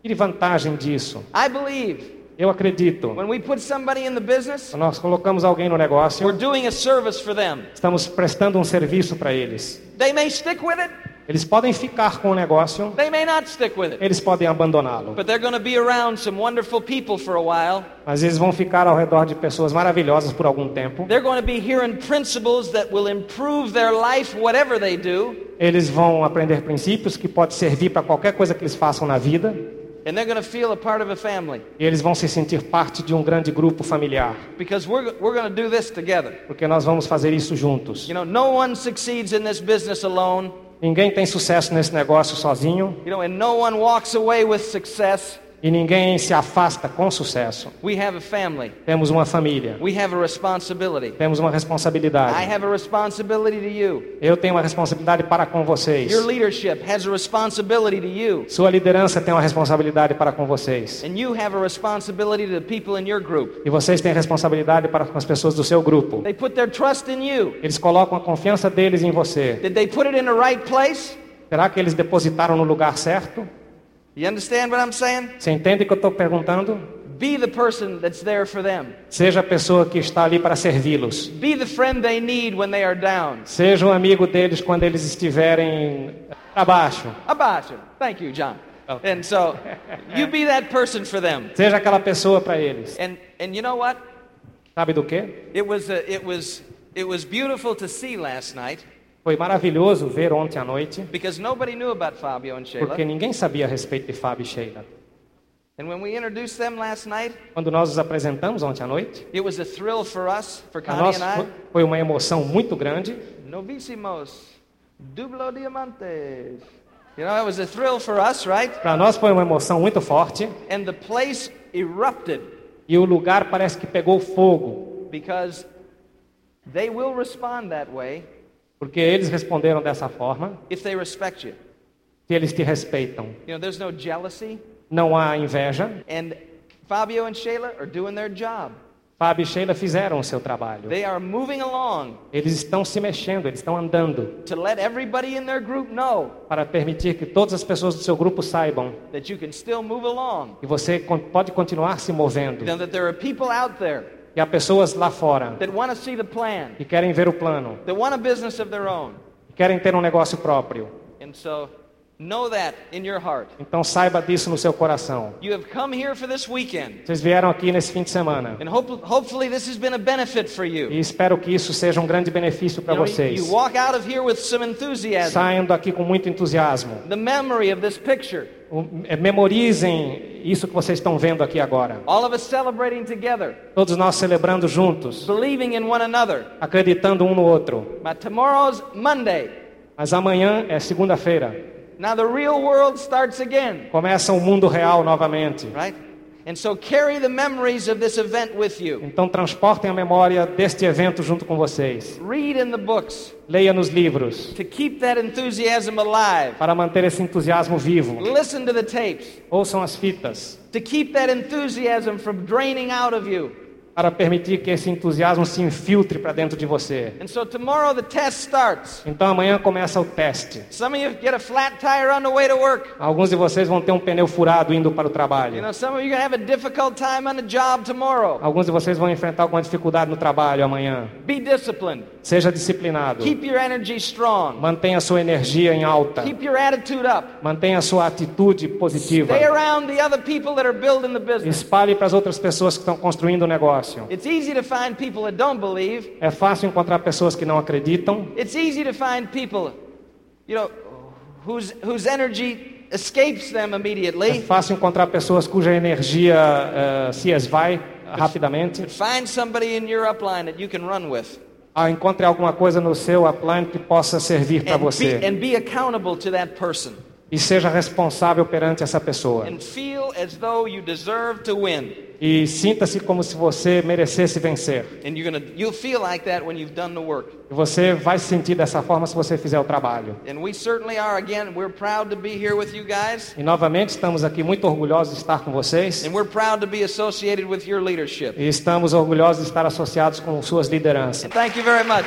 Speaker 2: Tire vantagem disso.
Speaker 1: I believe
Speaker 2: Eu acredito.
Speaker 1: when we put somebody in the business,
Speaker 2: Nós colocamos alguém no negócio
Speaker 1: we're doing a service for them.
Speaker 2: Estamos prestando um serviço para eles.
Speaker 1: They may stick with it,
Speaker 2: Eles podem ficar com o negócio,
Speaker 1: they may not stick with it,
Speaker 2: eles podem abandoná-lo,
Speaker 1: but they're going to be around some wonderful people for a while.
Speaker 2: mas eles vão ficar ao redor de pessoas maravilhosas por algum tempo.
Speaker 1: They're going to be hearing principles that will improve their life, whatever they do,
Speaker 2: Eles vão aprender princípios que podem servir para qualquer coisa que eles façam na vida,
Speaker 1: and they're going to feel a part of a family
Speaker 2: e eles vão se sentir parte de um grande grupo familiar,
Speaker 1: because we're, we're going to do this together.
Speaker 2: porque nós vamos fazer isso juntos.
Speaker 1: You know, no one succeeds in this business alone,
Speaker 2: Ninguém tem sucesso nesse negócio sozinho
Speaker 1: you know, and no one walks away with success.
Speaker 2: e ninguém se afasta com sucesso.
Speaker 1: We have a family,
Speaker 2: Temos uma família,
Speaker 1: we have a responsibility.
Speaker 2: temos uma
Speaker 1: I
Speaker 2: responsabilidade.
Speaker 1: have a responsibility to you.
Speaker 2: Eu tenho uma responsabilidade para com vocês.
Speaker 1: Your leadership has a responsibility to you.
Speaker 2: Sua liderança tem uma responsabilidade para com vocês.
Speaker 1: And you have a responsibility to the people in your group.
Speaker 2: E vocês têm responsabilidade para com as pessoas do seu grupo.
Speaker 1: They put their trust in you.
Speaker 2: Eles colocam a confiança deles em você.
Speaker 1: Did they put it in the right place?
Speaker 2: Será que eles depositaram no lugar certo?
Speaker 1: You understand what I'm saying?
Speaker 2: Você entende o que eu estou perguntando?
Speaker 1: Be the person that's there for them.
Speaker 2: Seja a pessoa que está ali para servi-los.
Speaker 1: Be the friend they need when they are down.
Speaker 2: Seja um amigo deles quando eles estiverem abaixo.
Speaker 1: Abaixo. Thank you, John.
Speaker 2: Okay.
Speaker 1: And so you be that person for them.
Speaker 2: Seja aquela pessoa para eles.
Speaker 1: And and you know what?
Speaker 2: Sabe do que?
Speaker 1: It was a, it was it was beautiful to see last night
Speaker 2: Foi maravilhoso ver ontem à noite,
Speaker 1: because nobody knew about Fabio and Shayla.
Speaker 2: porque ninguém sabia a respeito de Fábio e Sheila.
Speaker 1: And when we introduced them last night,
Speaker 2: Quando nós os apresentamos ontem à noite,
Speaker 1: it was a thrill for us, for
Speaker 2: a
Speaker 1: Connie
Speaker 2: nós
Speaker 1: and I.
Speaker 2: fo- foi uma emoção muito grande.
Speaker 1: Novisimos, dublo diamantes. You know, it was a thrill for us, right?
Speaker 2: Para nós foi uma emoção muito forte
Speaker 1: And the place erupted
Speaker 2: e o lugar parece que pegou fogo,
Speaker 1: because they will respond that way
Speaker 2: porque eles responderam dessa forma,
Speaker 1: if they respect you.
Speaker 2: que eles te respeitam.
Speaker 1: You know, there's no jealousy.
Speaker 2: Não há inveja.
Speaker 1: And Fabio and Shayla are doing their job.
Speaker 2: Fábio e Sheila fizeram o seu trabalho.
Speaker 1: They are moving along
Speaker 2: Eles estão se mexendo, eles estão andando
Speaker 1: to let everybody in their group know
Speaker 2: para permitir que todas as pessoas do seu grupo saibam
Speaker 1: that you can still move along.
Speaker 2: que você con- pode continuar se movendo.
Speaker 1: Now that there are people out there
Speaker 2: E há pessoas lá fora
Speaker 1: that want to see the plan,
Speaker 2: que querem ver o plano,
Speaker 1: that want a business of their own.
Speaker 2: que querem ter um negócio próprio.
Speaker 1: And so know that in your heart.
Speaker 2: Então saiba disso no seu coração.
Speaker 1: You have come here for this weekend.
Speaker 2: Vocês vieram aqui nesse fim de semana
Speaker 1: And hope, hopefully, this has been a benefit for you.
Speaker 2: e espero que isso seja um grande benefício para
Speaker 1: You know,
Speaker 2: vocês.
Speaker 1: you walk out of here with some enthusiasm.
Speaker 2: Saiam daqui com muito entusiasmo.
Speaker 1: The memory of this picture,
Speaker 2: O- eh, Memorizem isso que vocês estão vendo aqui agora.
Speaker 1: all of us celebrating together,
Speaker 2: Todos nós celebrando juntos,
Speaker 1: believing in one another.
Speaker 2: acreditando um no outro.
Speaker 1: But tomorrow's Monday.
Speaker 2: Mas amanhã é segunda-feira.
Speaker 1: Now the real world starts again,
Speaker 2: Começa o mundo real novamente.
Speaker 1: right? And so carry the memories of this event with you.
Speaker 2: Então transportem a memória deste evento junto com vocês.
Speaker 1: Read in the books
Speaker 2: Leia nos livros
Speaker 1: to keep that enthusiasm alive.
Speaker 2: para manter esse entusiasmo vivo.
Speaker 1: Listen to the tapes
Speaker 2: Ouçam as fitas
Speaker 1: to keep that enthusiasm from draining out of you.
Speaker 2: para permitir que esse entusiasmo se infiltre para dentro de você.
Speaker 1: And so tomorrow the test starts.
Speaker 2: Então amanhã começa o teste.
Speaker 1: Some of you get a flat tire on the way to work.
Speaker 2: Alguns de vocês vão ter um pneu furado indo para o
Speaker 1: You
Speaker 2: trabalho.
Speaker 1: know, some of you are going to have a difficult time on the job tomorrow.
Speaker 2: Alguns de vocês vão enfrentar alguma dificuldade no trabalho amanhã.
Speaker 1: Be disciplined.
Speaker 2: Seja disciplinado.
Speaker 1: Keep your energy strong.
Speaker 2: Mantenha sua energia em alta.
Speaker 1: Keep your attitude up.
Speaker 2: Mantenha sua atitude positiva.
Speaker 1: Stay around the other people that are building the business.
Speaker 2: Espalhe para as outras pessoas que estão construindo o negócio.
Speaker 1: It's easy to find people that don't believe.
Speaker 2: É fácil encontrar pessoas que não acreditam.
Speaker 1: It's easy to find people, you know, whose, whose energy escapes them
Speaker 2: É
Speaker 1: immediately.
Speaker 2: fácil encontrar pessoas cuja energia eh, se esvai rapidamente.
Speaker 1: Find somebody in your upline that you can run with.
Speaker 2: Ah, encontre alguma coisa no seu upline que possa servir para
Speaker 1: And be,
Speaker 2: você.
Speaker 1: and be accountable to that person.
Speaker 2: E seja responsável perante essa pessoa.
Speaker 1: And feel as though you deserve to win.
Speaker 2: E sinta-se como se você merecesse vencer.
Speaker 1: And you're gonna, you'll feel like that when you've done the work.
Speaker 2: E você vai se sentir dessa forma se você fizer o trabalho.
Speaker 1: And we certainly are. Again, we're proud to be here with you guys,
Speaker 2: E novamente estamos aqui muito orgulhosos de estar com vocês.
Speaker 1: and we're proud to be associated with your leadership.
Speaker 2: E estamos orgulhosos de estar associados com suas lideranças.
Speaker 1: And thank you very much.